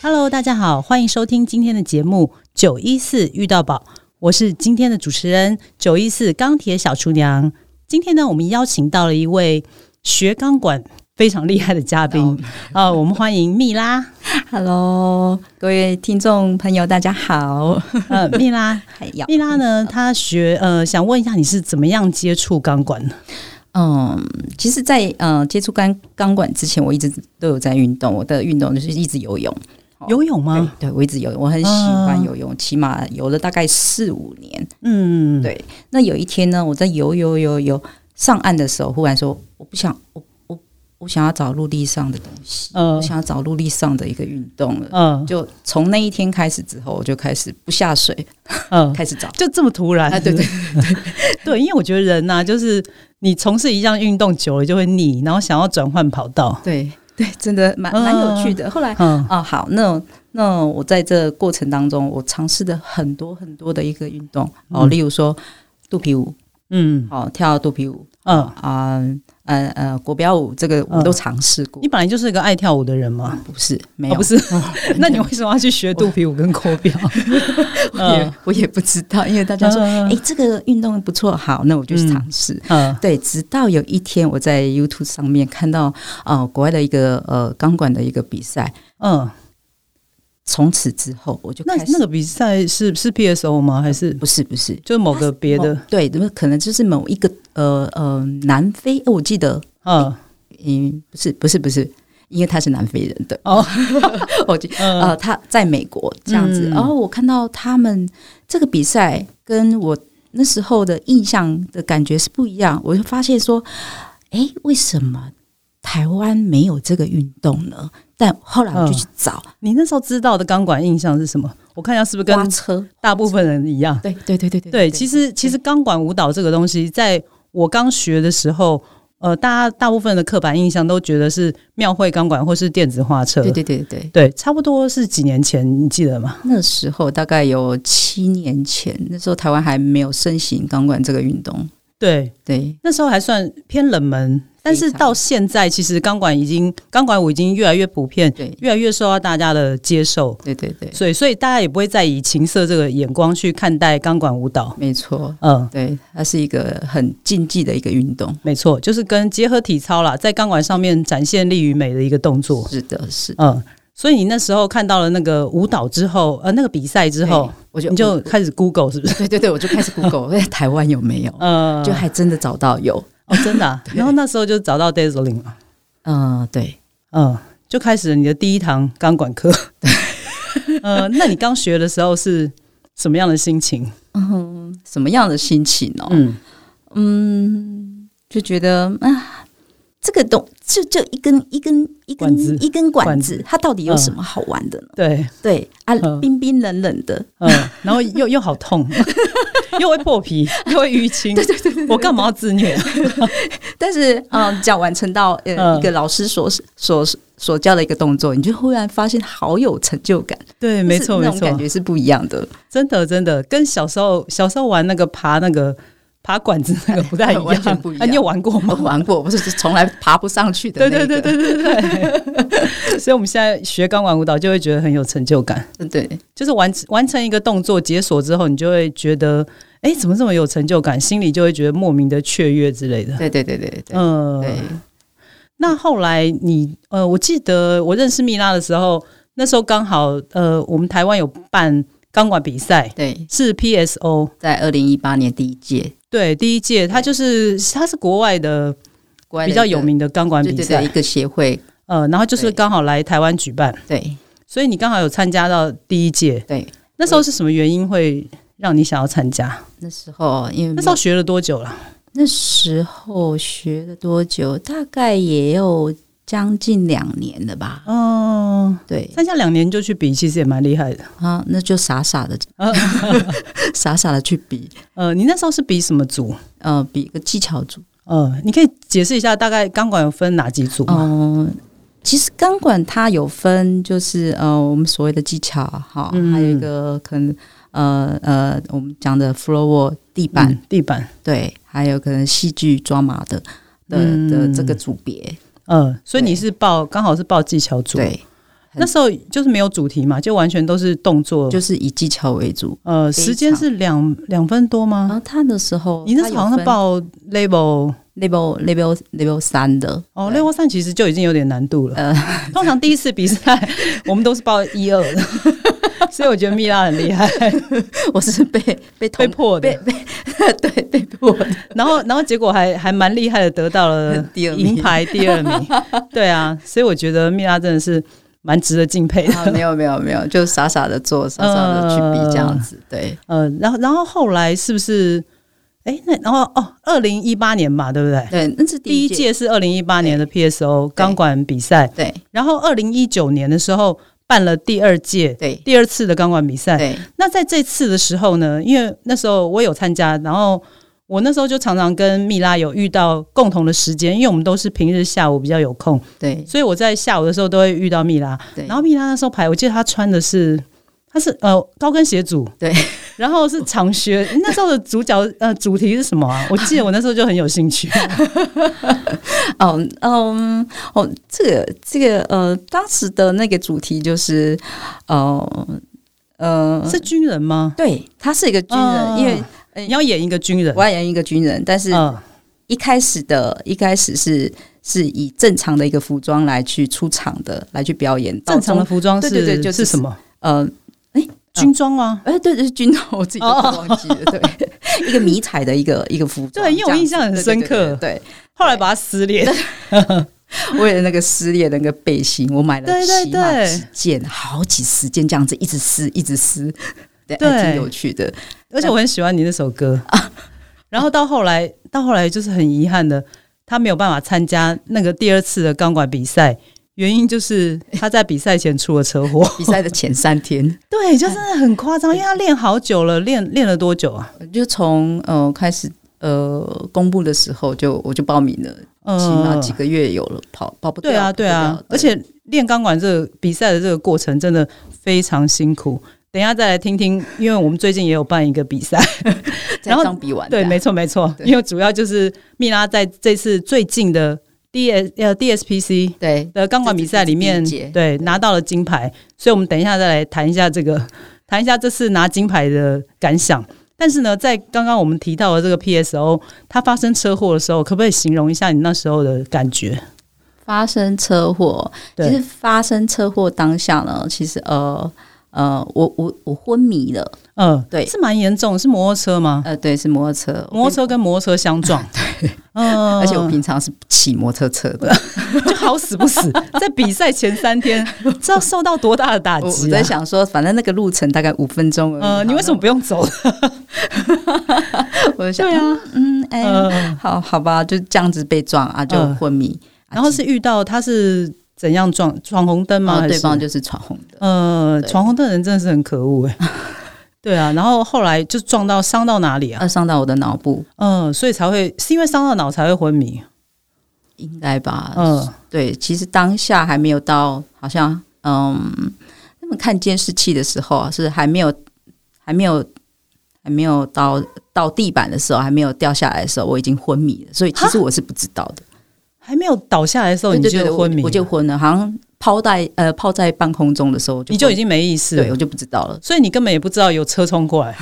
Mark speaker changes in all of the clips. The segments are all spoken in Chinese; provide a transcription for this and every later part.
Speaker 1: Hello，大家好，欢迎收听今天的节目《九一四遇到宝》，我是今天的主持人九一四钢铁小厨娘。今天呢，我们邀请到了一位学钢管非常厉害的嘉
Speaker 2: 哦
Speaker 1: 宾，呃，我们欢迎蜜拉。
Speaker 2: Hello，各位听众朋友，大家好。
Speaker 1: 呃，蜜 拉，
Speaker 2: 还有，
Speaker 1: 蜜拉呢，她学呃，想问一下你是怎么样接触钢管的？
Speaker 2: 嗯，其实在，呃接触钢钢管之前，我一直都有在运动。我的运动就是一直游泳，哦
Speaker 1: 游泳吗？
Speaker 2: 对对我一直游泳，我很喜欢游泳，起码游了大概四五年。
Speaker 1: 嗯，
Speaker 2: 对那有一天呢，我在游游游游上岸的时候，忽然说，我不想，我我我想要找陆地上的东西，
Speaker 1: 呃
Speaker 2: 我，想要找陆地上的一个运动了。
Speaker 1: 嗯
Speaker 2: 就从那一天开始之后，我就开始不下水，
Speaker 1: 嗯，
Speaker 2: 开始找。
Speaker 1: 就这么突然
Speaker 2: 啊，对对
Speaker 1: 对，因为我觉得人呐、就是你从事一项运动久了就会腻，然后想要转换跑道。
Speaker 2: 对对，真的蛮蛮有趣的。后来
Speaker 1: 嗯
Speaker 2: 啊，好，那那我在这过程当中，我尝试了很多很多的一个运动哦，
Speaker 1: 嗯
Speaker 2: 例如说肚皮舞，
Speaker 1: 嗯
Speaker 2: 哦，跳肚皮舞
Speaker 1: 嗯，
Speaker 2: 啊，呃呃，国标舞这个我都尝试过
Speaker 1: 你。本来就是个爱跳舞的人嘛，
Speaker 2: 不是，哦
Speaker 1: 嗯
Speaker 2: 没
Speaker 1: 哦
Speaker 2: 有，
Speaker 1: 不是？那你为什么要去学肚皮舞跟国 标？
Speaker 2: 我也
Speaker 1: 嗯
Speaker 2: 我也不知道，因为大家说，
Speaker 1: 嗯
Speaker 2: 哎，这个运动不错，好，那我就去尝试。
Speaker 1: 嗯
Speaker 2: 对，直到有一天我在 YouTube 上面看到，呃，国外的一个呃钢管的一个比赛，
Speaker 1: 嗯，
Speaker 2: 从此之后我就
Speaker 1: 那
Speaker 2: 开始
Speaker 1: 那个比赛是是 PSO 吗？还是
Speaker 2: 不是不啊是，
Speaker 1: 就某个别的
Speaker 2: 某？哦对，那么可能就是某一个呃呃南非，呃我记得，
Speaker 1: 嗯
Speaker 2: 嗯，不是不是不是，因为他是南非人的，
Speaker 1: 哦，
Speaker 2: 我记
Speaker 1: 嗯
Speaker 2: 呃他在美国这样子，
Speaker 1: 嗯
Speaker 2: 然后、我看到他们这个比赛跟我那时候的印象的感觉是不一样，我就发现说，诶，为什么台湾没有这个运动呢？但后来我
Speaker 1: 嗯
Speaker 2: 就去找
Speaker 1: 你那时候知道的钢管印象是什么？我看一下是不是跟
Speaker 2: 刮车，
Speaker 1: 大部分人一样？
Speaker 2: 对对对对对
Speaker 1: 对，其实其实钢管舞蹈这个东西，在我刚学的时候，呃，大家大部分的刻板印象都觉得是庙会钢管或是电子画册。
Speaker 2: 对对对对。
Speaker 1: 对差不多是几年前，你记得吗？
Speaker 2: 那时候大概有七年前，那时候台湾还没有盛行钢管这个运动。
Speaker 1: 对，
Speaker 2: 对，
Speaker 1: 那时候还算偏冷门，但是到现在，其实钢管已经钢管舞已经越来越普遍，
Speaker 2: 对，
Speaker 1: 越来越受到大家的接受，
Speaker 2: 对对对，
Speaker 1: 所以所以大家也不会再以情色这个眼光去看待钢管舞蹈。
Speaker 2: 没错，
Speaker 1: 嗯，
Speaker 2: 对，它是一个很竞技的一个运动。
Speaker 1: 没错，就是跟结合体操啦，在钢管上面展现力与美的一个动作。
Speaker 2: 是的，是的。
Speaker 1: 嗯，所以你那时候看到了那个舞蹈之后，呃，那个比赛之后
Speaker 2: 对，，我就
Speaker 1: 你就
Speaker 2: 我
Speaker 1: 开始 Google 是不是？
Speaker 2: 对对对，我就开始 Google，哎，台湾有没有？
Speaker 1: 呃，
Speaker 2: 就还真的找到有。
Speaker 1: 哦，真的 啊、然后那时候就找到 Dazzling 嘛，
Speaker 2: 嗯，对，
Speaker 1: 嗯、就开始了你的第一堂钢管课。呃，那你刚学的时候是什么样的心情？
Speaker 2: 嗯，什么样的心情哦？
Speaker 1: 嗯
Speaker 2: 嗯，就觉得啊，这个东就就一根一根一
Speaker 1: 管子
Speaker 2: 根一根管
Speaker 1: 管
Speaker 2: 子
Speaker 1: 子，
Speaker 2: 它到底有
Speaker 1: 嗯
Speaker 2: 什么好玩的呢？
Speaker 1: 对，
Speaker 2: 对啊
Speaker 1: 嗯，
Speaker 2: 冰冰冷冷的，
Speaker 1: 嗯、然后又又好痛， 又会破皮，又会淤青。对对对我干嘛要自 虐？
Speaker 2: 但是，嗯，讲完成到呃、
Speaker 1: 嗯
Speaker 2: 一个老师所所所教的一个动作，你就忽然发现好有成就感，
Speaker 1: 对，没错
Speaker 2: 就是
Speaker 1: 没
Speaker 2: 那种
Speaker 1: 错
Speaker 2: 感，觉是不一样的，
Speaker 1: 真的真的跟小时候小时候玩那个爬那个爬管子那个不太一样，
Speaker 2: 哎完全不一样
Speaker 1: 啊你有玩过
Speaker 2: 我
Speaker 1: 吗？
Speaker 2: 玩过，我是从来爬不上去的、
Speaker 1: 对
Speaker 2: 那
Speaker 1: 对对对对对对。 所以我们现在学钢管舞蹈就会觉得很有成就感，
Speaker 2: 对对对，
Speaker 1: 就是完完成一个动作解锁之后，你就会觉得，哎，怎么这么有成就感？心里就会觉得莫名的雀跃之类的。
Speaker 2: 对对对对对
Speaker 1: 嗯，
Speaker 2: 对，
Speaker 1: 那后来你呃，我记得我认识蜜拉的时候，那时候刚好呃，我们台湾有办钢管比赛，
Speaker 2: 对，
Speaker 1: 是 PSO
Speaker 2: 在二零一八年第一届
Speaker 1: 对第一届，它就是它是国外的
Speaker 2: 嗯国外的
Speaker 1: 比
Speaker 2: 一个
Speaker 1: 较有名的钢管
Speaker 2: 对
Speaker 1: 比
Speaker 2: 对
Speaker 1: 赛，
Speaker 2: 对一个协会，
Speaker 1: 呃，然后就是
Speaker 2: 对
Speaker 1: 刚好来台湾举办，
Speaker 2: 对
Speaker 1: 所以你刚好有参加到第一届。
Speaker 2: 对，
Speaker 1: 那时候是什么原因会让你想要参加？
Speaker 2: 那时候因为
Speaker 1: 那时候学了多久了？
Speaker 2: 那时候学了多久？大概也有将近两年了吧，
Speaker 1: 哦，
Speaker 2: 对
Speaker 1: 参加两年就去比，其实也蛮厉害的。
Speaker 2: 啊，那就傻傻 的
Speaker 1: 呃
Speaker 2: 傻傻的去比，
Speaker 1: 呃，你那时候是比什么组？
Speaker 2: 呃，比一个技巧组。
Speaker 1: 呃，你可以解释一下大概钢管有分哪几组吗？
Speaker 2: 嗯、其实钢管它有分，就是呃，我们所谓的技巧哈，
Speaker 1: 嗯
Speaker 2: 还有一个可能呃呃，我们讲的 floor wall 地板、
Speaker 1: 嗯地板，
Speaker 2: 对，还有可能戏剧抓马的的
Speaker 1: 嗯
Speaker 2: 的这个组别，
Speaker 1: 嗯、所以
Speaker 2: 对
Speaker 1: 你是报刚好是报技巧组，
Speaker 2: 对很
Speaker 1: 那时候就是没有主题嘛，就完全都是动作，
Speaker 2: 就是以技巧为主。
Speaker 1: 呃，
Speaker 2: 非
Speaker 1: 时间
Speaker 2: 常嗯
Speaker 1: 是两两分多
Speaker 2: 然
Speaker 1: 吗？
Speaker 2: 后他的时候，
Speaker 1: 你那时候好像是
Speaker 2: 报
Speaker 1: 报 label
Speaker 2: level level level 三的，
Speaker 1: 哦
Speaker 2: 对
Speaker 1: ，level 三其实就已经有点难度了。
Speaker 2: 呃
Speaker 1: 通常第一次比赛 我们都是报一二 的，所以我觉得蜜拉很厉害，
Speaker 2: 我是被被
Speaker 1: 被
Speaker 2: 同
Speaker 1: 迫的。
Speaker 2: 对被迫的
Speaker 1: 然后，然后结果还还蛮厉害的，得到了
Speaker 2: 第二名
Speaker 1: 呃银牌第二 名。对啊，所以我觉得蜜拉真的是蛮值得敬佩的。
Speaker 2: 啊，没有没有没有，就傻傻的做，傻傻的去比这样子，对，
Speaker 1: 呃，然后然后后来是不是？哎，那然后哦，二零一八年嘛，对不对？
Speaker 2: 对，那是
Speaker 1: 第
Speaker 2: 第
Speaker 1: 一
Speaker 2: 一届，
Speaker 1: 届是二零一八年的 PSO 钢管比赛，
Speaker 2: 对
Speaker 1: 然后二零一九年的时候办了第二届、
Speaker 2: 对
Speaker 1: 第二次的钢管比赛。
Speaker 2: 对，
Speaker 1: 那在这次的时候呢，因为那时候我有参加，然后我那时候就常常跟蜜拉有遇到共同的时间，因为我们都是平日下午比较有空，
Speaker 2: 对
Speaker 1: 所以我在下午的时候都会遇到蜜拉。
Speaker 2: 对，
Speaker 1: 然后蜜拉那时候排，我记得她穿的是，她是呃高跟鞋组，
Speaker 2: 对，
Speaker 1: 然后是长靴。那时候的主角呃主题是什么啊？我记得我那时候就很有兴 趣。
Speaker 2: 嗯哦嗯哦，这个这个呃，当时的那个主题就是，呃呃，
Speaker 1: 是军人吗？
Speaker 2: 对他是一个军人，因为
Speaker 1: 嗯你要演一个军人
Speaker 2: 我，要演一个军人，但是
Speaker 1: 嗯
Speaker 2: 一开始的一开始是是以正常的一个服装来去出场的，来去表演。到
Speaker 1: 正常的
Speaker 2: 中
Speaker 1: 服装是
Speaker 2: 对对对就是
Speaker 1: 什么？
Speaker 2: 呃，
Speaker 1: 军装啊。
Speaker 2: 哎，对对，军统我自己都忘记了， 对，一个迷彩的一个一个服装，
Speaker 1: 哦对因为我
Speaker 2: 这样子
Speaker 1: 印象很深刻
Speaker 2: 对对对对
Speaker 1: 后来把它撕裂，
Speaker 2: 对为了那个撕裂的那个背心，我买了
Speaker 1: 对对
Speaker 2: 起码
Speaker 1: 对
Speaker 2: 几件，好几十件这样子，一直撕，一直撕。对，
Speaker 1: 对
Speaker 2: 还挺有趣的。
Speaker 1: 而且我很喜欢你那首歌。
Speaker 2: 啊
Speaker 1: 然后到后来，到后来就是很遗憾的，他没有办法参加那个第二次的钢管比赛，原因就是他在比赛前出了车祸。
Speaker 2: 比赛的前三天，
Speaker 1: 对，就真的很夸张，因为他练好久了，练练了多久啊？
Speaker 2: 就从呃开始呃公布的时候就我就报名了，
Speaker 1: 嗯
Speaker 2: 起码几个月有了，跑跑不掉。
Speaker 1: 对啊，
Speaker 2: 跑不
Speaker 1: 对啊
Speaker 2: 掉，
Speaker 1: 而且练钢管这个比赛的这个过程真的非常辛苦。等一下再来听听，因为我们最近也有办一个比 赛，
Speaker 2: 然
Speaker 1: 然后
Speaker 2: 后刚比完的
Speaker 1: 对，没错没错，
Speaker 2: 啊对
Speaker 1: 因为主要就是蜜拉在这次最近的 D S 呃 D S P C
Speaker 2: 对
Speaker 1: 的呃钢管比赛里面
Speaker 2: 这是第一届，
Speaker 1: 对拿到了金牌，所以我们等一下再来谈一下这个，谈一下这次拿金牌的感想。但是呢，在刚刚我们提到的这个 PSO，它发生车祸的时候，可不可以形容一下你那时候的感觉？
Speaker 2: 发生车祸，
Speaker 1: 对
Speaker 2: 其实发生车祸当下呢，其实呃呃，我我我昏迷了，
Speaker 1: 嗯、
Speaker 2: 对
Speaker 1: 是蛮严重，是摩托车吗？
Speaker 2: 呃，对，是摩托车，
Speaker 1: 摩托车跟摩托车相 撞，嗯
Speaker 2: 我，而 且我平常是不骑摩托车的，
Speaker 1: 就好死不死，在比赛前三 天，这要受到多大的打
Speaker 2: 我我
Speaker 1: 击、
Speaker 2: 在
Speaker 1: 啊？
Speaker 2: 想说，反正那个路程大概五分钟而已。
Speaker 1: 呃，你为什么不用
Speaker 2: 啊
Speaker 1: 走？
Speaker 2: 好？那我就想，嗯嗯，哎、
Speaker 1: 啊呃，
Speaker 2: 好好吧，就这样子被撞啊，就
Speaker 1: 嗯
Speaker 2: 昏迷。啊
Speaker 1: 然后
Speaker 2: 其
Speaker 1: 是遇到他是怎样撞闯红灯吗？
Speaker 2: 然
Speaker 1: 还
Speaker 2: 后哦
Speaker 1: 嗯
Speaker 2: 对
Speaker 1: 是
Speaker 2: 方就是闯红灯，
Speaker 1: 呃，
Speaker 2: 对
Speaker 1: 闯红灯的人真的是很可恶 哎、对啊，然后后来就撞到伤到哪里啊？
Speaker 2: 要呃伤到我的脑部，
Speaker 1: 嗯、所以才会是因为伤到脑才会昏迷。
Speaker 2: 应该吧？
Speaker 1: 嗯、
Speaker 2: 对，其实当下还没有到，好像嗯，他们看监视器的时候啊，是还没有，还没有，还没有到到地板的时候，还没有掉下来的时候，我已经昏迷了，所以其实我是不知道的。
Speaker 1: 还没有倒下来的时哦候你
Speaker 2: 对对对
Speaker 1: 就
Speaker 2: 我
Speaker 1: 昏迷了，
Speaker 2: 我就昏了，好像抛在呃抛在半空中的时候，我就
Speaker 1: 你就已
Speaker 2: 经
Speaker 1: 经没意识
Speaker 2: 对
Speaker 1: 了
Speaker 2: 我。就不知道了，
Speaker 1: 所以你根本也不知道有车冲 过来，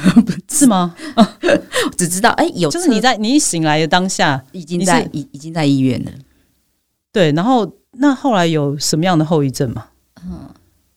Speaker 1: 是吗？
Speaker 2: 我只知道哎、有
Speaker 1: 就是你
Speaker 2: 车
Speaker 1: 在你一醒来的当下，
Speaker 2: 已经
Speaker 1: 你是
Speaker 2: 在已已经在医院了。
Speaker 1: 对，然后那后来有什么样的后遗症吗？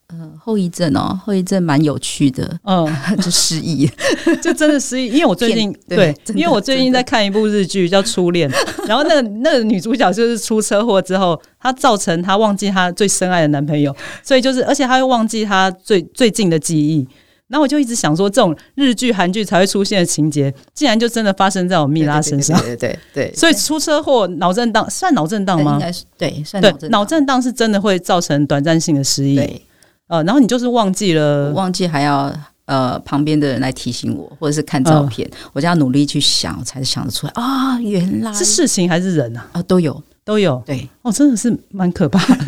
Speaker 2: 呃，后遗症哦，后遗症蛮有趣的，
Speaker 1: 嗯，
Speaker 2: 就失忆。
Speaker 1: 就真的失忆，因为我最近
Speaker 2: 骗对
Speaker 1: 对，
Speaker 2: 真的
Speaker 1: 因为我最近在看一部日剧叫《初恋》， 然后那个那个女主角就是出车祸之后，她造成她忘记她最深爱的男朋友，所以就是而且她会忘记她最最近的记忆。然后我就一直想说，这种日剧、韩剧才会出现的情节，竟然就真的发生在我蜜拉身上。
Speaker 2: 对对对对对
Speaker 1: 所以出车祸、脑震荡算脑震荡
Speaker 2: 应
Speaker 1: 吗？
Speaker 2: 该是对算
Speaker 1: 对
Speaker 2: 脑，震
Speaker 1: 脑
Speaker 2: 荡
Speaker 1: 震荡是真的会造成短暂性的失忆。
Speaker 2: 对。
Speaker 1: 呃，然后你就是忘记
Speaker 2: 我
Speaker 1: 了，
Speaker 2: 忘记还要呃旁边的人来提醒我，或者是看照
Speaker 1: 嗯
Speaker 2: 片，我就要努力去想，我才想得出来啊、原来
Speaker 1: 是事情还是人啊？
Speaker 2: 啊、都有
Speaker 1: 都有
Speaker 2: 对，
Speaker 1: 哦，真的是蛮可怕的。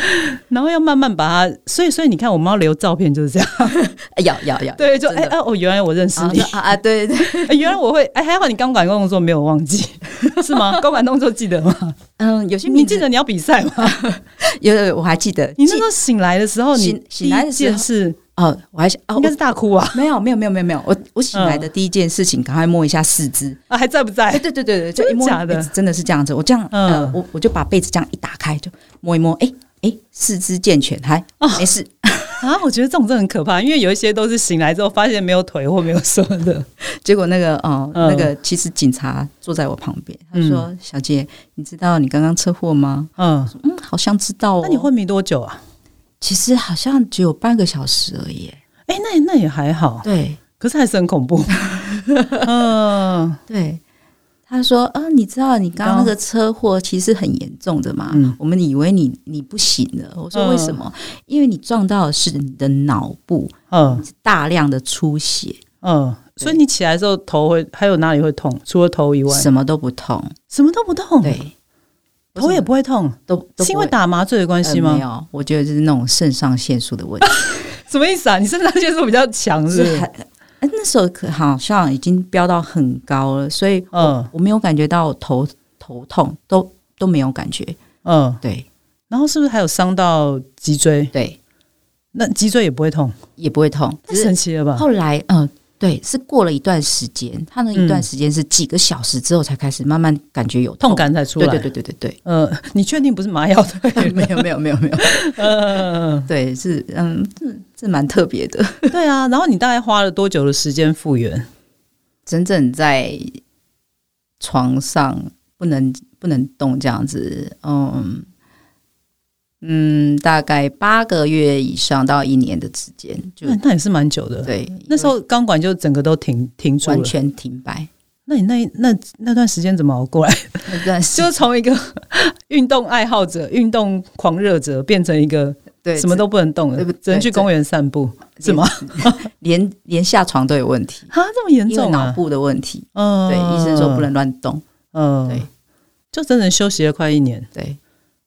Speaker 1: 然后要慢慢把它，所以所以你看，我们要留照片就是这 样，
Speaker 2: 要要要，
Speaker 1: 对，就
Speaker 2: 真的
Speaker 1: 哎哎，哦，原来我认识
Speaker 2: 啊
Speaker 1: 你，
Speaker 2: 啊啊，对对，
Speaker 1: 哎原来我会，哎，还好你钢管动作没有忘 记，是吗？钢管动作记得吗？
Speaker 2: 嗯，有些
Speaker 1: 你
Speaker 2: 名
Speaker 1: 记
Speaker 2: 字
Speaker 1: 得你要比赛吗？
Speaker 2: 有有，我还记得，
Speaker 1: 你那
Speaker 2: 记
Speaker 1: 时候醒来的时候，你
Speaker 2: 醒醒来的时候
Speaker 1: 第一件事
Speaker 2: 哦，我还想哦
Speaker 1: 应，该是嗯大哭啊，
Speaker 2: 我没有没有没有没有没有，我我醒来的第一件事情，赶快摸一下四肢，
Speaker 1: 啊还在不
Speaker 2: 哎，
Speaker 1: 在？
Speaker 2: 对对对对，就
Speaker 1: 真的
Speaker 2: 一摸
Speaker 1: 假的
Speaker 2: 哎真的是这样子，我这样，
Speaker 1: 嗯
Speaker 2: 呃，我我就把被子这样一打开，就摸一摸，哎哎，四肢健全，还
Speaker 1: 哦
Speaker 2: 没事，
Speaker 1: 啊，我觉得这种真的很可怕，因为有一些都是醒来之后发现没有腿或没有什么的，
Speaker 2: 结果那个哦、
Speaker 1: 嗯
Speaker 2: 那个其实警察坐在我旁边，他说：“小姐，你知道你刚刚车祸吗
Speaker 1: 嗯，？”
Speaker 2: 嗯，好像知道哦。
Speaker 1: 那你昏迷多久啊？
Speaker 2: 其实好像只有半个小时而已。
Speaker 1: 哎、那那也还好，
Speaker 2: 对
Speaker 1: 可是还是很恐怖。嗯
Speaker 2: 对，他说：“啊、你知道你刚刚那个车祸其实很严重的嘛？
Speaker 1: 嗯
Speaker 2: 我们以为你你不行了。”我说：“
Speaker 1: 嗯
Speaker 2: 为什么？因为你撞到的是你的脑部，
Speaker 1: 嗯
Speaker 2: 大量的出血，
Speaker 1: 嗯，所以你起来的时候头会还有哪里会痛？除了头以外，
Speaker 2: 什么都不痛。
Speaker 1: 什么都不痛，
Speaker 2: 对，
Speaker 1: 头也不会痛，
Speaker 2: 都都
Speaker 1: 是因为
Speaker 2: 不会
Speaker 1: 打麻醉的关系
Speaker 2: 呃
Speaker 1: 吗
Speaker 2: 没？有，我觉得就是那种肾上腺素的问题。”
Speaker 1: 什么意思啊？你肾上腺素比较强是不
Speaker 2: 是
Speaker 1: 是
Speaker 2: 还、呃、那时候可好像已经飙到很高了，所以
Speaker 1: 嗯
Speaker 2: 我没有感觉到头头痛，都都没有感觉。
Speaker 1: 嗯，
Speaker 2: 对
Speaker 1: 然后是不是还有伤到脊椎？
Speaker 2: 对，
Speaker 1: 那脊椎也不会痛，
Speaker 2: 也不会痛。
Speaker 1: 太
Speaker 2: 只是
Speaker 1: 神奇了吧？
Speaker 2: 后来，嗯、对，是过了一段时间，他那一段时间是几个小时之后才开始慢慢感觉有
Speaker 1: 痛。感才出来。
Speaker 2: 对对对对对对，
Speaker 1: 呃，你确定不是麻药 对？
Speaker 2: 没有没有没有没有，
Speaker 1: 呃，
Speaker 2: 对，是嗯，这这蛮特别的。
Speaker 1: 对啊。然后你大概花了多久的时间复原？
Speaker 2: 整整在床上不能不能动这样子，嗯嗯，大概八个月以上到一年的时间，就
Speaker 1: 那那也是蛮久的。
Speaker 2: 对，
Speaker 1: 那时候钢管就整个都停停住了
Speaker 2: 完。全停摆
Speaker 1: 那你那那那段时间怎么熬过来？
Speaker 2: 那段 时
Speaker 1: 就是从一个 运动爱好者、运动狂热者，变成一个
Speaker 2: 对
Speaker 1: 什么都不能动
Speaker 2: 对
Speaker 1: 了
Speaker 2: 不，
Speaker 1: 只能去
Speaker 2: 对
Speaker 1: 公园散步，
Speaker 2: 对
Speaker 1: 是吗？
Speaker 2: 连连下床都有问题，
Speaker 1: 啊，这么严
Speaker 2: 因为
Speaker 1: 重
Speaker 2: 脑
Speaker 1: 啊！
Speaker 2: 部的问题，
Speaker 1: 嗯
Speaker 2: 对，医生说不，能乱动，
Speaker 1: 嗯
Speaker 2: 对，
Speaker 1: 就整整休息了快一年，
Speaker 2: 对，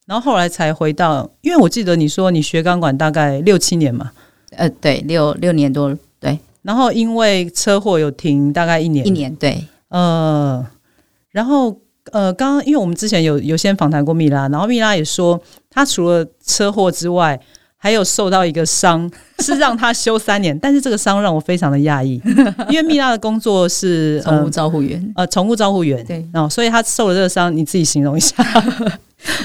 Speaker 1: 然后后来才回到，因为我记得你说你学钢管大概六七年嘛，
Speaker 2: 呃，对，六六年多，对，
Speaker 1: 然后因为车祸有停大概一年，
Speaker 2: 一，年，对，
Speaker 1: 呃，然后呃，刚刚因为我们之前有有先访谈过蜜拉，然后蜜拉也说，她除了车祸之外，还有受到一个伤，是让她休三年，但是这个伤让我非常的讶异，因为蜜拉的工作是
Speaker 2: 宠物
Speaker 1: 呃
Speaker 2: 照护员，
Speaker 1: 呃宠物照护员，
Speaker 2: 对，
Speaker 1: 哦，所以她受了这个伤，你自己形容一下，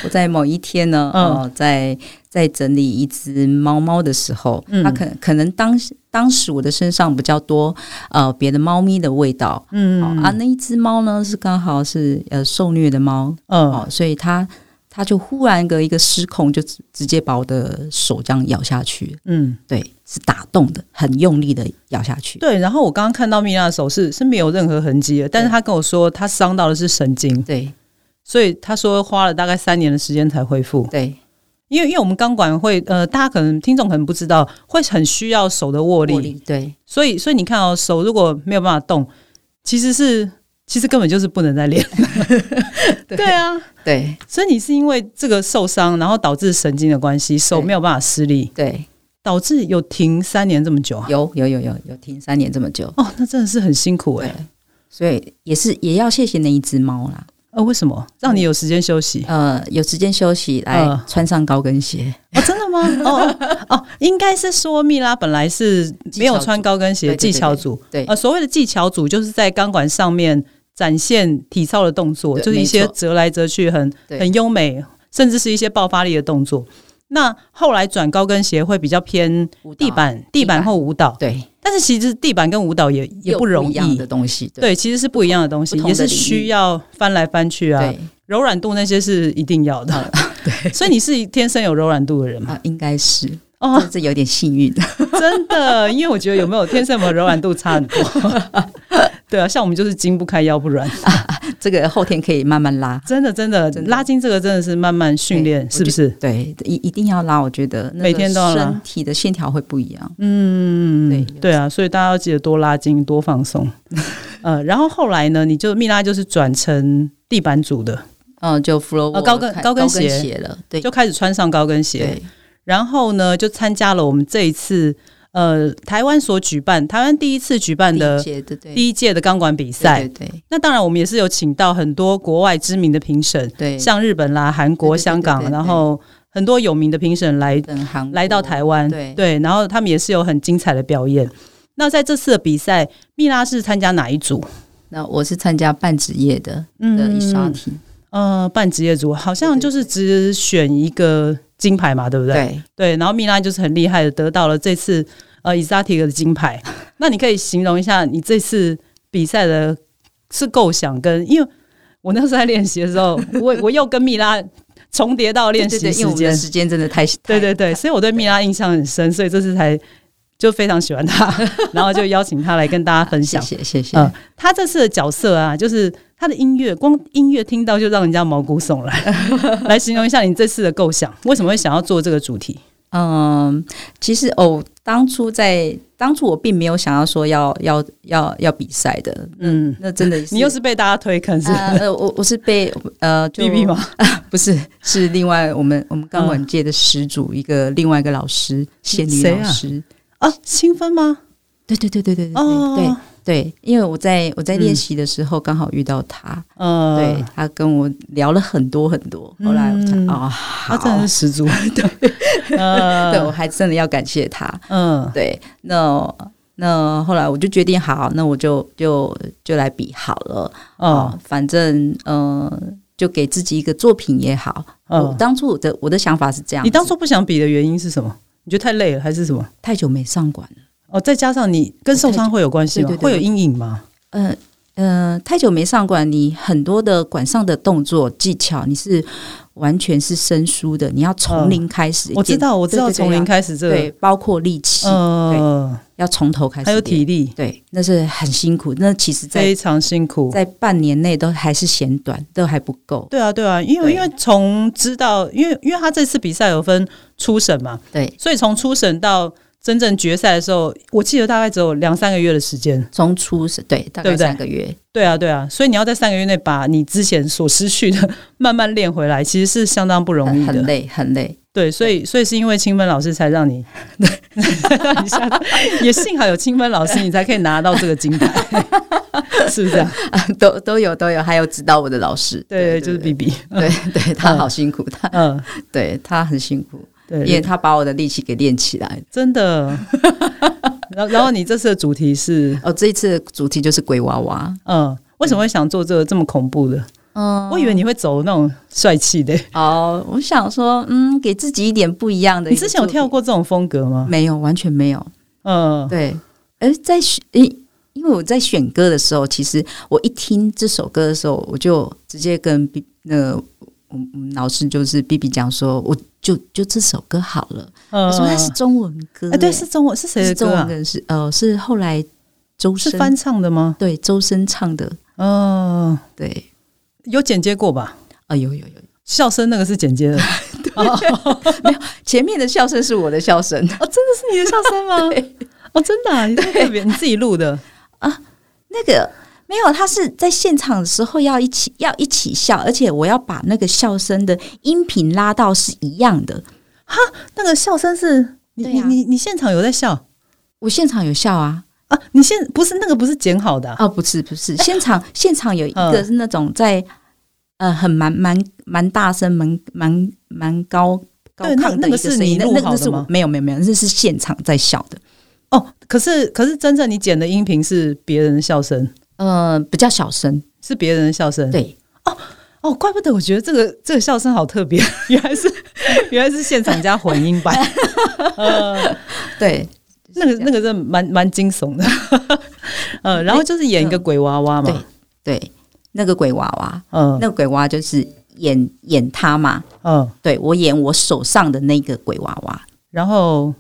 Speaker 2: 我在某一天呢，
Speaker 1: 嗯
Speaker 2: 哦，在在整理一只猫猫的时候，
Speaker 1: 嗯
Speaker 2: 它可可能当时当时我的身上比较多呃别的猫咪的味道，
Speaker 1: 嗯
Speaker 2: 哦、啊，那一只猫呢是刚好是呃受虐的猫，
Speaker 1: 嗯
Speaker 2: 哦，所以它它就忽然个一个失控，就直直接把我的手这样咬下去，
Speaker 1: 嗯，
Speaker 2: 对，是打动的，很用力的咬下去，
Speaker 1: 对。然后我刚刚看到蜜拉的手是是没有任何痕迹的，但是她跟我说她伤到的是神经，
Speaker 2: 对
Speaker 1: 所以她说花了大概三年的时间才恢复。
Speaker 2: 对，
Speaker 1: 因为因为我们钢管会，呃，大家可能听众可能不知道，会很需要手的握力，
Speaker 2: 握力对
Speaker 1: 所以所以你看哦，手如果没有办法动，其实是其实根本就是不能再练。
Speaker 2: 对
Speaker 1: 对啊，
Speaker 2: 对
Speaker 1: 所以你是因为这个受伤，然后导致神经的关系，手没有办法施力，
Speaker 2: 对，
Speaker 1: 导致有停三年这么久啊。
Speaker 2: 有有有有有停三年这么久，
Speaker 1: 哦，那真的是很辛苦哎、
Speaker 2: 对，所以也是也要谢谢那一只猫啦。
Speaker 1: 呃，为什么让你有时间休息？
Speaker 2: 呃，有时间休息来
Speaker 1: 嗯
Speaker 2: 穿上高跟鞋，
Speaker 1: 哦，真的吗？哦哦哦，应该是说蜜拉本来是没有穿高跟鞋，技
Speaker 2: 技
Speaker 1: 巧
Speaker 2: 巧
Speaker 1: 组
Speaker 2: 对
Speaker 1: 呃，所谓的技巧组就是在钢管上面展现体操的动作，
Speaker 2: 对
Speaker 1: 就是一些
Speaker 2: 没错
Speaker 1: 折来折去很
Speaker 2: 对
Speaker 1: 很优美，甚至是一些爆发力的动作。那后来转高跟鞋会比较偏
Speaker 2: 舞蹈
Speaker 1: 地板、地
Speaker 2: 地板
Speaker 1: 板或舞蹈，
Speaker 2: 对
Speaker 1: 但是其实地板跟舞蹈也也
Speaker 2: 又
Speaker 1: 不容
Speaker 2: 一样
Speaker 1: 易
Speaker 2: 的。东西，对
Speaker 1: 对，其实是不一样的东西，
Speaker 2: 不同
Speaker 1: 也
Speaker 2: 的
Speaker 1: 是
Speaker 2: 领域
Speaker 1: 需要翻来翻去啊，
Speaker 2: 对嗯
Speaker 1: 柔软度那些是一定要的。对， 所以你是天生有柔软度的 人嘛？
Speaker 2: 啊，应该是
Speaker 1: 哦，
Speaker 2: 这有点幸运，
Speaker 1: 真的，因为我觉得有没有天生有没有柔软度差很 多。对啊，像我们就是筋不开腰不软，
Speaker 2: 这个后天可以慢慢拉，
Speaker 1: 真的真的
Speaker 2: 真的
Speaker 1: 拉筋这个真的是慢慢训练，
Speaker 2: 对
Speaker 1: 是不是？
Speaker 2: 对，一一定要拉，我觉得那个
Speaker 1: 每天都要拉
Speaker 2: 身体的线条会不一样，
Speaker 1: 嗯，
Speaker 2: 对
Speaker 1: 对啊，所以大家要记得多拉筋，多放松。呃，然后后来呢，你就蜜拉就是转成地板组的，
Speaker 2: 嗯，就 flow
Speaker 1: 哦高跟高
Speaker 2: 高
Speaker 1: 跟鞋
Speaker 2: 鞋了，对
Speaker 1: 就开始穿上高跟鞋，
Speaker 2: 对，
Speaker 1: 然后呢，就参加了我们这一次呃台湾所举办台湾第一次举办的
Speaker 2: 理解的对
Speaker 1: 第一届的钢管比赛。
Speaker 2: 对对
Speaker 1: 那当然，我们也是有请到很多国外知名的评审，
Speaker 2: 对，
Speaker 1: 像日本啦、韩国、
Speaker 2: 对对对
Speaker 1: 香港
Speaker 2: 对，对
Speaker 1: 然后很多有名的评审来
Speaker 2: 等韩
Speaker 1: 来到台
Speaker 2: 湾，
Speaker 1: 湾，
Speaker 2: 对
Speaker 1: 然后他们也是有很精彩的表演。那在这次的比赛，蜜拉是参加哪一组？
Speaker 2: 那我是参加半职业的的
Speaker 1: 嗯
Speaker 2: 一刷题，
Speaker 1: 呃，半职业组好像就是只选一个金牌嘛，对不对？
Speaker 2: 对，
Speaker 1: 对然后蜜拉就是很厉害的，得到了这次呃 Exotic 的金 牌。那你可以形容一下你这次比赛的是构想跟，因为我那时候在练习的时候，我我又跟蜜拉重叠到练
Speaker 2: 对
Speaker 1: 习
Speaker 2: 对对因为
Speaker 1: 时
Speaker 2: 我们的
Speaker 1: 间，
Speaker 2: 时间真的太太
Speaker 1: 对对对，所以我对蜜拉印象很深，所以这次才就非常喜欢 她，然后就邀请她来跟大家分
Speaker 2: 谢
Speaker 1: 享。
Speaker 2: 谢谢谢，
Speaker 1: 嗯她这次的角色啊，就是她的音乐，光音乐听到就让人家毛骨悚然。 来形容一下你这次的构想，为什么会想要做这个主题？
Speaker 2: 嗯，其实哦，当初在当初我并没有想要说要要要要比赛的，
Speaker 1: 嗯，
Speaker 2: 那真的是
Speaker 1: 你又是被大家推坑是不是
Speaker 2: 呃呃，我我是被呃就
Speaker 1: B B 吗？嗯
Speaker 2: 不是是另外我们我们钢管界的始祖一个另外一个老师仙女
Speaker 1: 谁
Speaker 2: 老
Speaker 1: 啊
Speaker 2: 师，
Speaker 1: 啊，兴奋吗？
Speaker 2: 对对对对对对
Speaker 1: 哦，
Speaker 2: 对对，因为我在我在
Speaker 1: 嗯
Speaker 2: 练习的时候刚好遇到他，
Speaker 1: 呃，
Speaker 2: 对他跟我聊了很多很多，后来我才
Speaker 1: 嗯
Speaker 2: 啊
Speaker 1: 他
Speaker 2: 好，
Speaker 1: 真的是十足， 对，
Speaker 2: 对我
Speaker 1: 呃，
Speaker 2: 还真的要感谢他，
Speaker 1: 嗯，
Speaker 2: 对，那那后来我就决定，好，那我就就就来比好了。
Speaker 1: 哦，
Speaker 2: 啊，反正呃，就给自己一个作品也好。我
Speaker 1: 嗯，
Speaker 2: 当初我的我的想法是这样子，
Speaker 1: 你当初不想比的原因是什么？你觉得太累了还是什么？
Speaker 2: 太久没上馆了，
Speaker 1: 哦，再加上你跟受伤会有关系吗？
Speaker 2: 对对对
Speaker 1: 会有阴影吗？
Speaker 2: 呃。呃，太久没上馆，你很多的馆上的动作技巧，你是完全是生疏的，你要从
Speaker 1: 嗯
Speaker 2: 零开始一点。
Speaker 1: 我知道，我知道，
Speaker 2: 对对对
Speaker 1: 从零开始这
Speaker 2: 对，
Speaker 1: 个，
Speaker 2: 包括力气、
Speaker 1: 呃，
Speaker 2: 要从头开始，
Speaker 1: 还有，体力，
Speaker 2: 对，那是很辛苦。那其实在
Speaker 1: 非常辛苦。
Speaker 2: 在半年内都还是嫌短，都还不够。
Speaker 1: 对啊，对啊，因为
Speaker 2: 对
Speaker 1: 因为从知道，因为因为他这次比赛有分初审嘛，
Speaker 2: 对，
Speaker 1: 所以从初审到真正决赛的时候，我记得大概只有两三个月的时间。
Speaker 2: 从初是对，大
Speaker 1: 对
Speaker 2: 概
Speaker 1: 不对
Speaker 2: 三个月。
Speaker 1: 对啊，对啊，所以你要在三个月内把你之前所失去的 慢慢练回来，其实是相当不容
Speaker 2: 很
Speaker 1: 易
Speaker 2: 很
Speaker 1: 的。
Speaker 2: 累，很累。
Speaker 1: 对，所以所以是因为清芬老师才让你， 一下也幸好有清芬老师，你才可以拿到这个金牌， 是不是、啊？
Speaker 2: 都都有都有，还有指导我的老师，
Speaker 1: 对，就是 B B，
Speaker 2: 对 对，他好辛苦，他
Speaker 1: 嗯，
Speaker 2: 对他很辛苦，因为
Speaker 1: 对，
Speaker 2: 他把我的力气给练起来。
Speaker 1: 真的。然后，然后你这次的主题是，
Speaker 2: 哦，这一次的主题就是鬼娃娃，
Speaker 1: 嗯，为什么会想做这个这么恐怖的？
Speaker 2: 嗯，
Speaker 1: 我以为你会走那种帅气的。
Speaker 2: 哦，我想说，嗯，给自己一点不一样的。
Speaker 1: 你之前有跳？过这种风格吗？
Speaker 2: 没有，完全没有。
Speaker 1: 嗯，
Speaker 2: 对，而在选，诶因为我在选歌的时候，其实我一听这首歌的时候，我就直接跟 B 那个我我们老师就是 B B 讲说，我就就这首歌好了。
Speaker 1: 嗯
Speaker 2: 我说它是中文歌、
Speaker 1: 哎，对，
Speaker 2: 诶
Speaker 1: 是中文是谁的
Speaker 2: 哦是中
Speaker 1: 歌
Speaker 2: 文
Speaker 1: 啊？
Speaker 2: 歌是呃是后来周
Speaker 1: 是
Speaker 2: 深
Speaker 1: 翻唱的吗？
Speaker 2: 对周深唱的，
Speaker 1: 嗯，
Speaker 2: 对
Speaker 1: 有剪接过吧？
Speaker 2: 啊、有有有，
Speaker 1: 笑声那个是剪接 的，
Speaker 2: 前面的笑声是我的笑声，
Speaker 1: 是你哦的笑声 吗？哦，真的啊，你这么特别，你自己录的。
Speaker 2: 那个没有，他是在现场的时候要一起要一起笑，而且我要把那个笑声的音频拉到是一样的，
Speaker 1: 那个笑声是你
Speaker 2: 对
Speaker 1: 你
Speaker 2: 啊
Speaker 1: 你你现场有在笑
Speaker 2: 我现场有笑啊，
Speaker 1: 啊？你现不是那个不是剪好的啊
Speaker 2: 哦，不是不是，现场现场有一个
Speaker 1: 嗯
Speaker 2: 是那种在、呃很蛮蛮蛮大声、蛮蛮蛮高高
Speaker 1: 对那
Speaker 2: 亢
Speaker 1: 那
Speaker 2: 的一
Speaker 1: 个
Speaker 2: 个
Speaker 1: 是
Speaker 2: 声
Speaker 1: 你
Speaker 2: 音，那
Speaker 1: 录
Speaker 2: 那个
Speaker 1: 好
Speaker 2: 那
Speaker 1: 的
Speaker 2: 是我
Speaker 1: 吗
Speaker 2: 没有没有没有，那是现场在笑的，
Speaker 1: 哦。可是可是真正你剪的音频是别人的笑声，嗯
Speaker 2: 呃，比较小声，
Speaker 1: 是别人的笑声。
Speaker 2: 对
Speaker 1: 哦，怪不得我觉得这个这个笑声好特别，啊 原来是原来是现场加混音 版，呃，
Speaker 2: 对
Speaker 1: 那个那个真的蛮蛮惊悚的， 呃，然后就是演一个鬼娃娃嘛，
Speaker 2: 对，那个鬼娃娃，
Speaker 1: 嗯
Speaker 2: 那个鬼娃娃就是演演他嘛，
Speaker 1: 嗯，
Speaker 2: 对我演我手上的那个鬼娃娃，
Speaker 1: 然后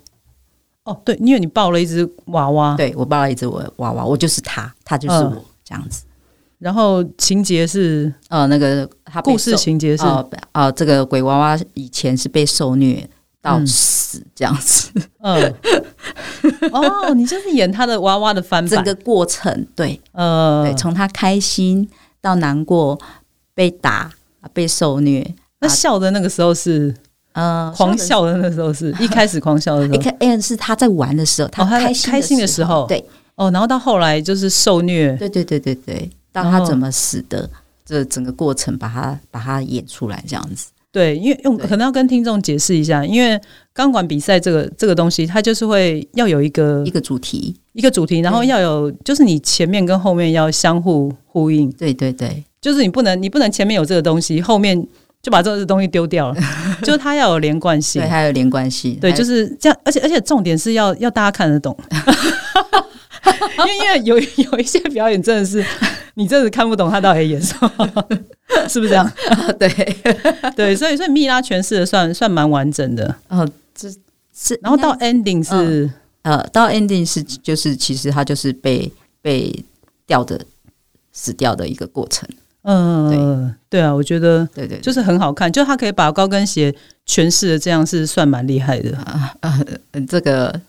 Speaker 1: 哦对，因为你抱了一只娃娃，
Speaker 2: 对我抱了一只我娃娃，我就是他，他就是
Speaker 1: 嗯
Speaker 2: 我、这样子，
Speaker 1: 然后情节是
Speaker 2: 呃，那个他被
Speaker 1: 故事
Speaker 2: 受
Speaker 1: 情节是
Speaker 2: 哦不哦，这个鬼娃娃以前是被受虐到
Speaker 1: 嗯
Speaker 2: 死这样子，
Speaker 1: 嗯，哦，你就是演他的娃娃的翻
Speaker 2: 整
Speaker 1: 版
Speaker 2: 个，过程对、
Speaker 1: 呃
Speaker 2: 对，，从他开心到难过被打。啊被受虐，
Speaker 1: 那笑的那个时候是
Speaker 2: 呃，
Speaker 1: 狂
Speaker 2: 笑。
Speaker 1: 笑的那时候 是一开始狂笑的时
Speaker 2: 一
Speaker 1: 候，
Speaker 2: 开 a 是他在玩的时候，
Speaker 1: 哦他
Speaker 2: 开
Speaker 1: 开心的
Speaker 2: 的
Speaker 1: 时候
Speaker 2: 对
Speaker 1: 哦，然后到后来就是受虐，
Speaker 2: 对对对对对，到
Speaker 1: 然
Speaker 2: 他
Speaker 1: 后
Speaker 2: 怎么死的，这整个过程把他把他演出来这样子。
Speaker 1: 对，因为用
Speaker 2: 对
Speaker 1: 可能要跟听众解释一下，因为钢管比赛这个这个东西，它就是会要有一个
Speaker 2: 一个主题，
Speaker 1: 一个主题，然后
Speaker 2: 对
Speaker 1: 要有就是你前面跟后面要相互呼应，
Speaker 2: 对对对
Speaker 1: 就是你不能你不能前面有这个东西，后面就把这个东西丢掉 了，就是它要有连贯性
Speaker 2: 对，。还有连贯性，
Speaker 1: 对，就是是这样，而且而且重点是要要大家看得懂， 因为因为有有一些表演真的是你真的看不懂他到底在演什么， 是不是这样？
Speaker 2: 对，
Speaker 1: 对，所以所以蜜拉诠释的算算蛮完整的，
Speaker 2: 哦，这是
Speaker 1: 然后
Speaker 2: 应该
Speaker 1: 到 ending 是、
Speaker 2: 呃到 ending 是就是其实他就是被被吊的死掉的一个过程，
Speaker 1: 呃，对啊，我觉得
Speaker 2: 嗯对对对
Speaker 1: 就是很好看，就他可以把高跟鞋诠释的这样是算蛮厉害的。
Speaker 2: 啊啊、 呃这个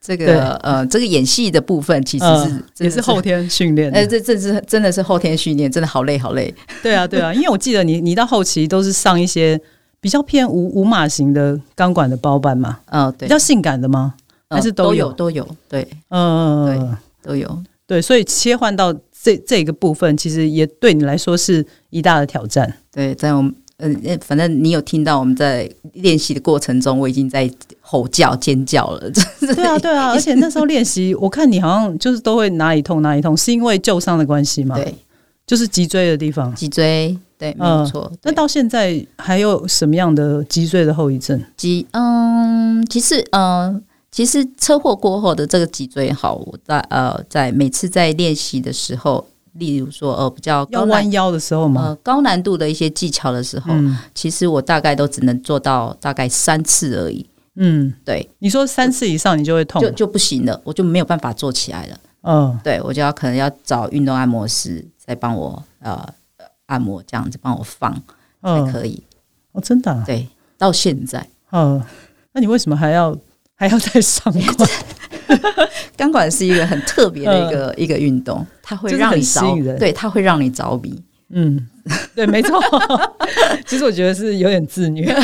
Speaker 2: 这
Speaker 1: 对
Speaker 2: 个呃这个演戏的部分其实
Speaker 1: 呃
Speaker 2: 是、真
Speaker 1: 也
Speaker 2: 的
Speaker 1: 是后。天训练的，
Speaker 2: 哎，这这是真的是后天训练，真的好累好累。
Speaker 1: 对啊，对啊，因为我记得你，你到后期都是上一些比较偏无无码型的钢管的包板嘛，
Speaker 2: 嗯、对
Speaker 1: 比，较性感的吗？
Speaker 2: 呃
Speaker 1: 还是都
Speaker 2: 都
Speaker 1: 有
Speaker 2: 都有，对，
Speaker 1: 呃，
Speaker 2: 都有。
Speaker 1: 对，所以切换到这这个部分，其实也对你来说是一大的挑战。
Speaker 2: 对，在我们呃，呃反正你有听到我们在练习的过程中，我已经在吼叫、尖叫了。就是
Speaker 1: 对啊，对啊，而且那时候练习， 我看你好像就是都会哪里痛哪里痛，是因为旧伤的关系吗？，
Speaker 2: 对，
Speaker 1: 就是脊椎的地方。
Speaker 2: 脊椎，对，没
Speaker 1: 嗯
Speaker 2: 有错。
Speaker 1: 那
Speaker 2: 对
Speaker 1: 到现在还有什么样的脊椎的后遗症？
Speaker 2: 脊，嗯，其实，嗯。其实车祸过后的这个脊椎，好，我在呃，在每次在练习的时候，例如说呃比较
Speaker 1: 要
Speaker 2: 高难
Speaker 1: 弯腰的时候吗？
Speaker 2: 呃高难度的一些技巧的时候，
Speaker 1: 嗯
Speaker 2: 其实我大概都只能做到大概三次而已，
Speaker 1: 嗯，
Speaker 2: 对，
Speaker 1: 你说三次以上你就会痛
Speaker 2: 就，就不行了，我就没有办法做起来了。
Speaker 1: 嗯
Speaker 2: 对我就要可能要找运动按摩师再帮我呃按摩，这样子帮我放才
Speaker 1: 嗯，
Speaker 2: 可以。
Speaker 1: 哦，真的啊，
Speaker 2: 对，到现在
Speaker 1: 嗯，那你为什么还要还要再 上课？
Speaker 2: 钢管是一个很特别的一个、一个运动，它
Speaker 1: 嗯
Speaker 2: 会
Speaker 1: 就是
Speaker 2: 让
Speaker 1: 很
Speaker 2: 你
Speaker 1: 吸
Speaker 2: 着
Speaker 1: 引人
Speaker 2: 对，它会让你着迷。
Speaker 1: 嗯，对，没 错。其实我觉得是有点自虐。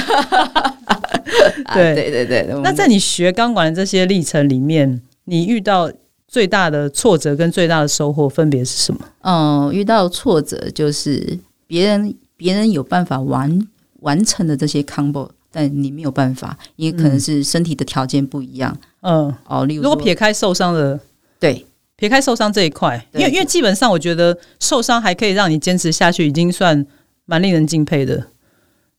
Speaker 2: 啊、
Speaker 1: 对
Speaker 2: 对对对，我
Speaker 1: 那
Speaker 2: 们
Speaker 1: 在你学钢管的这些历程里面，你遇到最大的挫折跟最大的收获分别是什么？
Speaker 2: 嗯遇到挫折就是别人别人有办法完完成的这些 combo，但你没有办法，因为可能是身体的条件不一样、
Speaker 1: 嗯，
Speaker 2: 哦。例如
Speaker 1: 如果
Speaker 2: 说
Speaker 1: 撇开受伤的，
Speaker 2: 对
Speaker 1: 撇开受伤这一块，因
Speaker 2: 对
Speaker 1: 为因为基本上我觉得受伤还可以让你坚持下去，已经算蛮令人敬佩的。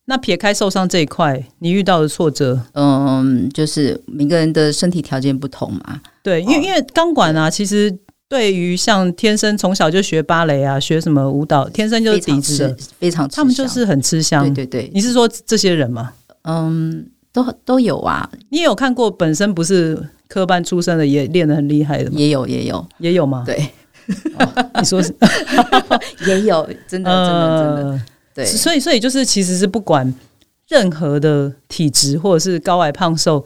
Speaker 1: 那撇开受伤这一块，你遇到的挫折，
Speaker 2: 嗯，就是每个人的身体条件不同嘛，
Speaker 1: 对，因为、
Speaker 2: 哦
Speaker 1: 因为钢管啊，其实对于像天生从小就学芭蕾啊，学什么舞蹈，天生就是
Speaker 2: 非
Speaker 1: 底
Speaker 2: 常
Speaker 1: 子
Speaker 2: 吃
Speaker 1: 的，
Speaker 2: 非常吃
Speaker 1: 他们就
Speaker 2: 香
Speaker 1: 是很吃香。
Speaker 2: 对对对，
Speaker 1: 你是说这些人吗？
Speaker 2: 嗯，都都有啊，
Speaker 1: 你也有看过本身不是科班出身的，也练得很厉害的吗？
Speaker 2: 也有也有，
Speaker 1: 也有吗？
Speaker 2: 对，
Speaker 1: 你说是？
Speaker 2: 也有，真的真的真的，
Speaker 1: 呃
Speaker 2: 对
Speaker 1: 所以所以就是其实是不管任何的体质或者是高矮胖瘦。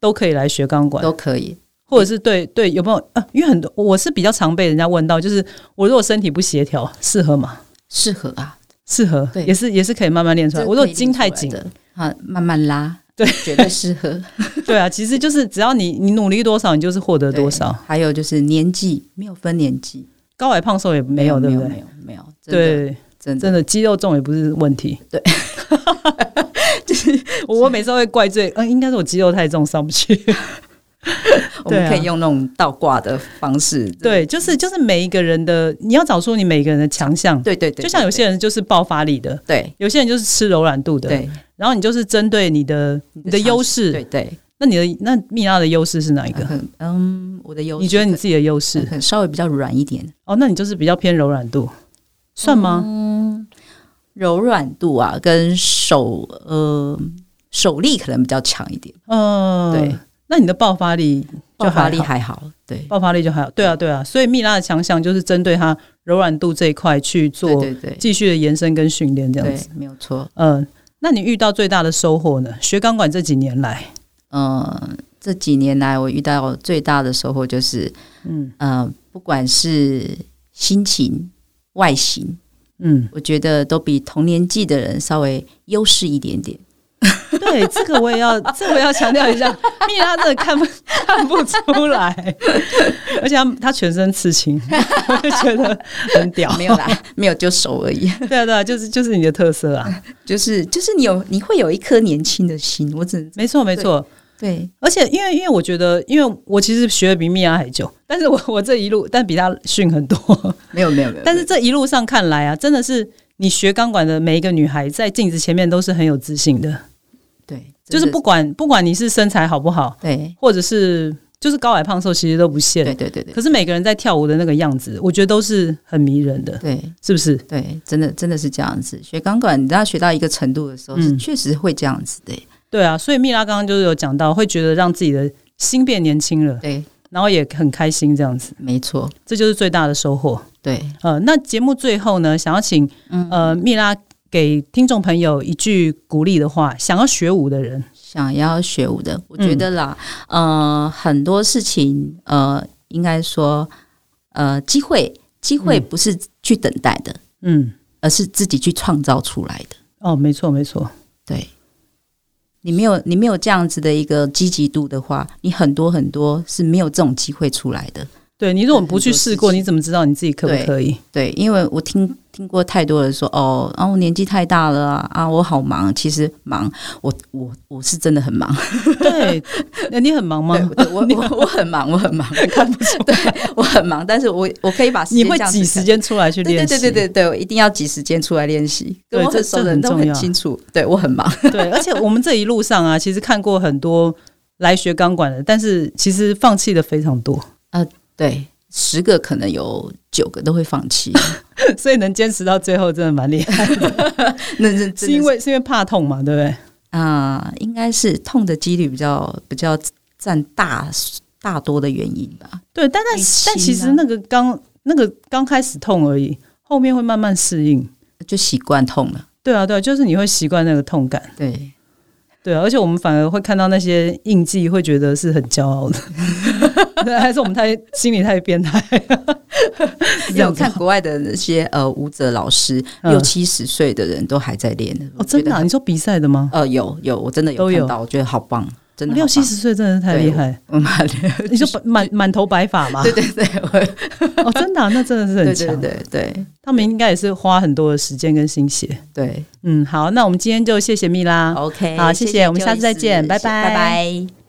Speaker 1: 都可以来学钢管，
Speaker 2: 都可以，
Speaker 1: 或者是对对有没有啊？因为很多我是比较常被人家问到，就是我如果身体不协调，适合吗？
Speaker 2: 适合啊，
Speaker 1: 适合，
Speaker 2: 对
Speaker 1: 也是也是可以慢慢练出来。
Speaker 2: 这
Speaker 1: 我如果
Speaker 2: 可以练
Speaker 1: 筋太
Speaker 2: 出来
Speaker 1: 紧，
Speaker 2: 的啊，慢慢拉，
Speaker 1: 对，
Speaker 2: 绝对适合。
Speaker 1: 对啊，其实就是只要你你努力多少，你就是 获得
Speaker 2: 对
Speaker 1: 多少。
Speaker 2: 还有就是年纪没有分年纪，
Speaker 1: 高矮胖瘦也没有，
Speaker 2: 没
Speaker 1: 对
Speaker 2: 有
Speaker 1: 不对？
Speaker 2: 没有没有，真的
Speaker 1: 对，
Speaker 2: 真的
Speaker 1: 真的肌肉重也不是问题。
Speaker 2: 对，
Speaker 1: 就是我我每次都会怪罪，嗯，应该是我肌肉太重上不 去。
Speaker 2: 我
Speaker 1: 对
Speaker 2: 们
Speaker 1: 啊
Speaker 2: 可以用那种倒挂的方式，
Speaker 1: 对，就是就是每一个人的，你要找出你每个人的强项。
Speaker 2: 对对对，
Speaker 1: 就像有些人就是爆发力的，
Speaker 2: 对
Speaker 1: 有些人就是吃柔软度的。，
Speaker 2: 对
Speaker 1: 然后你就是针对你的你的优
Speaker 2: 对
Speaker 1: 势，
Speaker 2: 对，
Speaker 1: 那你的那蜜拉的优势是哪一个？
Speaker 2: 很嗯，我的优势嗯
Speaker 1: 你觉得你自己的优势
Speaker 2: 可？能稍微比较软一点，
Speaker 1: 哦，那你就是比较偏柔软度，算吗？
Speaker 2: 嗯柔软度啊，跟手呃手力可能比较强一点，
Speaker 1: 嗯，
Speaker 2: 对。
Speaker 1: 那你的爆发力就
Speaker 2: 爆发
Speaker 1: 还
Speaker 2: 力
Speaker 1: 好，
Speaker 2: 还好，对，
Speaker 1: 爆发力就还好。对啊，对啊。所以蜜拉的强项就是针对他柔软度这一块去
Speaker 2: 对
Speaker 1: 做
Speaker 2: 对对，
Speaker 1: 继续的延伸跟训练，这样子。
Speaker 2: 对，没有错。
Speaker 1: 嗯，那你遇到最大的收获呢？学钢管这几年来，
Speaker 2: 嗯、这几年来我遇到最大的收获就是，
Speaker 1: 嗯
Speaker 2: 嗯、呃，不管是心情、外形，
Speaker 1: 嗯，
Speaker 2: 我觉得都比同年纪的人稍微优势一点点。
Speaker 1: 对，这个我也 要，这个我要强调一下，蜜拉真的看 不看不出来，而且她她全身刺青， 我就觉得很屌。
Speaker 2: 没有啦， 没有就熟而已。
Speaker 1: 对啊，对啊，就是就是你的特色啊，
Speaker 2: 就是就是你有你会有一颗年轻的心，我只能
Speaker 1: 没错没错。
Speaker 2: 对
Speaker 1: 而且因为因为我觉得，因为我其实学的比蜜拉还久，但是我我这一路但比她逊很多，
Speaker 2: 没有没有没有，
Speaker 1: 但是这一路上看来啊，真的是你学钢管的每一个女孩在镜子前面都是很有自信的，
Speaker 2: 对，
Speaker 1: 就是不管不管你是身材好不好，
Speaker 2: 对
Speaker 1: 或者是就是高矮胖瘦，其实都不限。
Speaker 2: 对对对对
Speaker 1: 可是每个人在跳舞的那个样子，我觉得都是很迷人的，
Speaker 2: 对
Speaker 1: 是不是？
Speaker 2: 对，真的真的是这样子。学钢管，你当他学到一个程度的时候，是
Speaker 1: 嗯
Speaker 2: 确实会这样子的。欸
Speaker 1: 对啊，所以蜜拉刚刚就是有讲到，会觉得让自己的心变年轻了，
Speaker 2: 对，
Speaker 1: 然后也很开心，这样子，
Speaker 2: 没错，
Speaker 1: 这就是最大的收获。
Speaker 2: 对，
Speaker 1: 呃，那节目最后呢，想要请
Speaker 2: 嗯
Speaker 1: 呃蜜拉给听众朋友一句鼓励的话，想要学舞的人，
Speaker 2: 想要学舞的，我觉得啦，呃，很多事情，呃，应该说，呃，机会，机会
Speaker 1: 嗯
Speaker 2: 不是去等待的，
Speaker 1: 嗯，
Speaker 2: 而是自己去创造出来的。
Speaker 1: 哦，没错没错，
Speaker 2: 对，你没有你没有这样子的一个积极度的话，你很多很多是没有这种机会出来的。
Speaker 1: 对你如果不去试过，
Speaker 2: 很多事情
Speaker 1: 你怎么知道你自己可不可以？
Speaker 2: 对，因为我听听过太多人说，哦，啊，我年纪太大了啊，啊我好忙。其实忙，我我我是真的很忙。
Speaker 1: 对， 那 你很忙吗
Speaker 2: 对？对我我我很忙，我 很忙，看不出。对，我很忙，但是我我可以把时
Speaker 1: 你
Speaker 2: 间
Speaker 1: 会
Speaker 2: 这样子
Speaker 1: 挤时
Speaker 2: 看。
Speaker 1: 间出来去
Speaker 2: 对
Speaker 1: 练
Speaker 2: 对
Speaker 1: 习？
Speaker 2: 对对对对，我一定要挤时间出来练习。跟
Speaker 1: 对
Speaker 2: 我
Speaker 1: 这
Speaker 2: 很熟
Speaker 1: 这
Speaker 2: 的
Speaker 1: 很
Speaker 2: 人都
Speaker 1: 重
Speaker 2: 很
Speaker 1: 要
Speaker 2: 清楚，对我很忙。
Speaker 1: 对，而且我们这一路上啊，其实看过很多来学钢管的，但是其实放弃的非常多，
Speaker 2: 对，十个可能有九个都会放弃。
Speaker 1: 所以能坚持到最后真的蛮 厉害。
Speaker 2: 那那真的
Speaker 1: 是因为是因为怕痛嘛，对不对？
Speaker 2: 啊、应该是痛的几率比较比较占大大多的原因吧。
Speaker 1: 对，但但
Speaker 2: 内心啊
Speaker 1: 但其实那个刚那个刚开始痛而已，后面会慢慢适应。
Speaker 2: 就习惯痛了，
Speaker 1: 对啊，对啊，就是你会习惯那个痛感。
Speaker 2: 对，
Speaker 1: 对啊，而且我们反而会看到那些印记，会觉得是很骄傲 的。对，还是我们太心里太变态？
Speaker 2: 嗯
Speaker 1: 是 这
Speaker 2: 因为我
Speaker 1: 样子
Speaker 2: 看国外的那些呃舞者老师，
Speaker 1: 嗯
Speaker 2: 六七十岁的人都还在练呢。我
Speaker 1: 哦，真
Speaker 2: 觉
Speaker 1: 的
Speaker 2: 得
Speaker 1: 啊、你说比赛的吗？
Speaker 2: 呃，有有，我真的有
Speaker 1: 都有
Speaker 2: 看到，我觉得好棒，真的
Speaker 1: 六七
Speaker 2: 好
Speaker 1: 十岁真的是太厉害！
Speaker 2: 棒，我妈的，
Speaker 1: 你说白满满头白发嘛？
Speaker 2: 对对对，我
Speaker 1: 哦，真的啊、那真的是
Speaker 2: 对
Speaker 1: 很
Speaker 2: 对
Speaker 1: 强。
Speaker 2: 对对
Speaker 1: 他们应该也是花很多的时间跟心血。
Speaker 2: 对
Speaker 1: 嗯，好，那我们今天就谢谢蜜拉。
Speaker 2: ，OK，
Speaker 1: 好谢谢我们下次再
Speaker 2: 九一四
Speaker 1: 见
Speaker 2: 谢
Speaker 1: 拜拜
Speaker 2: 拜拜。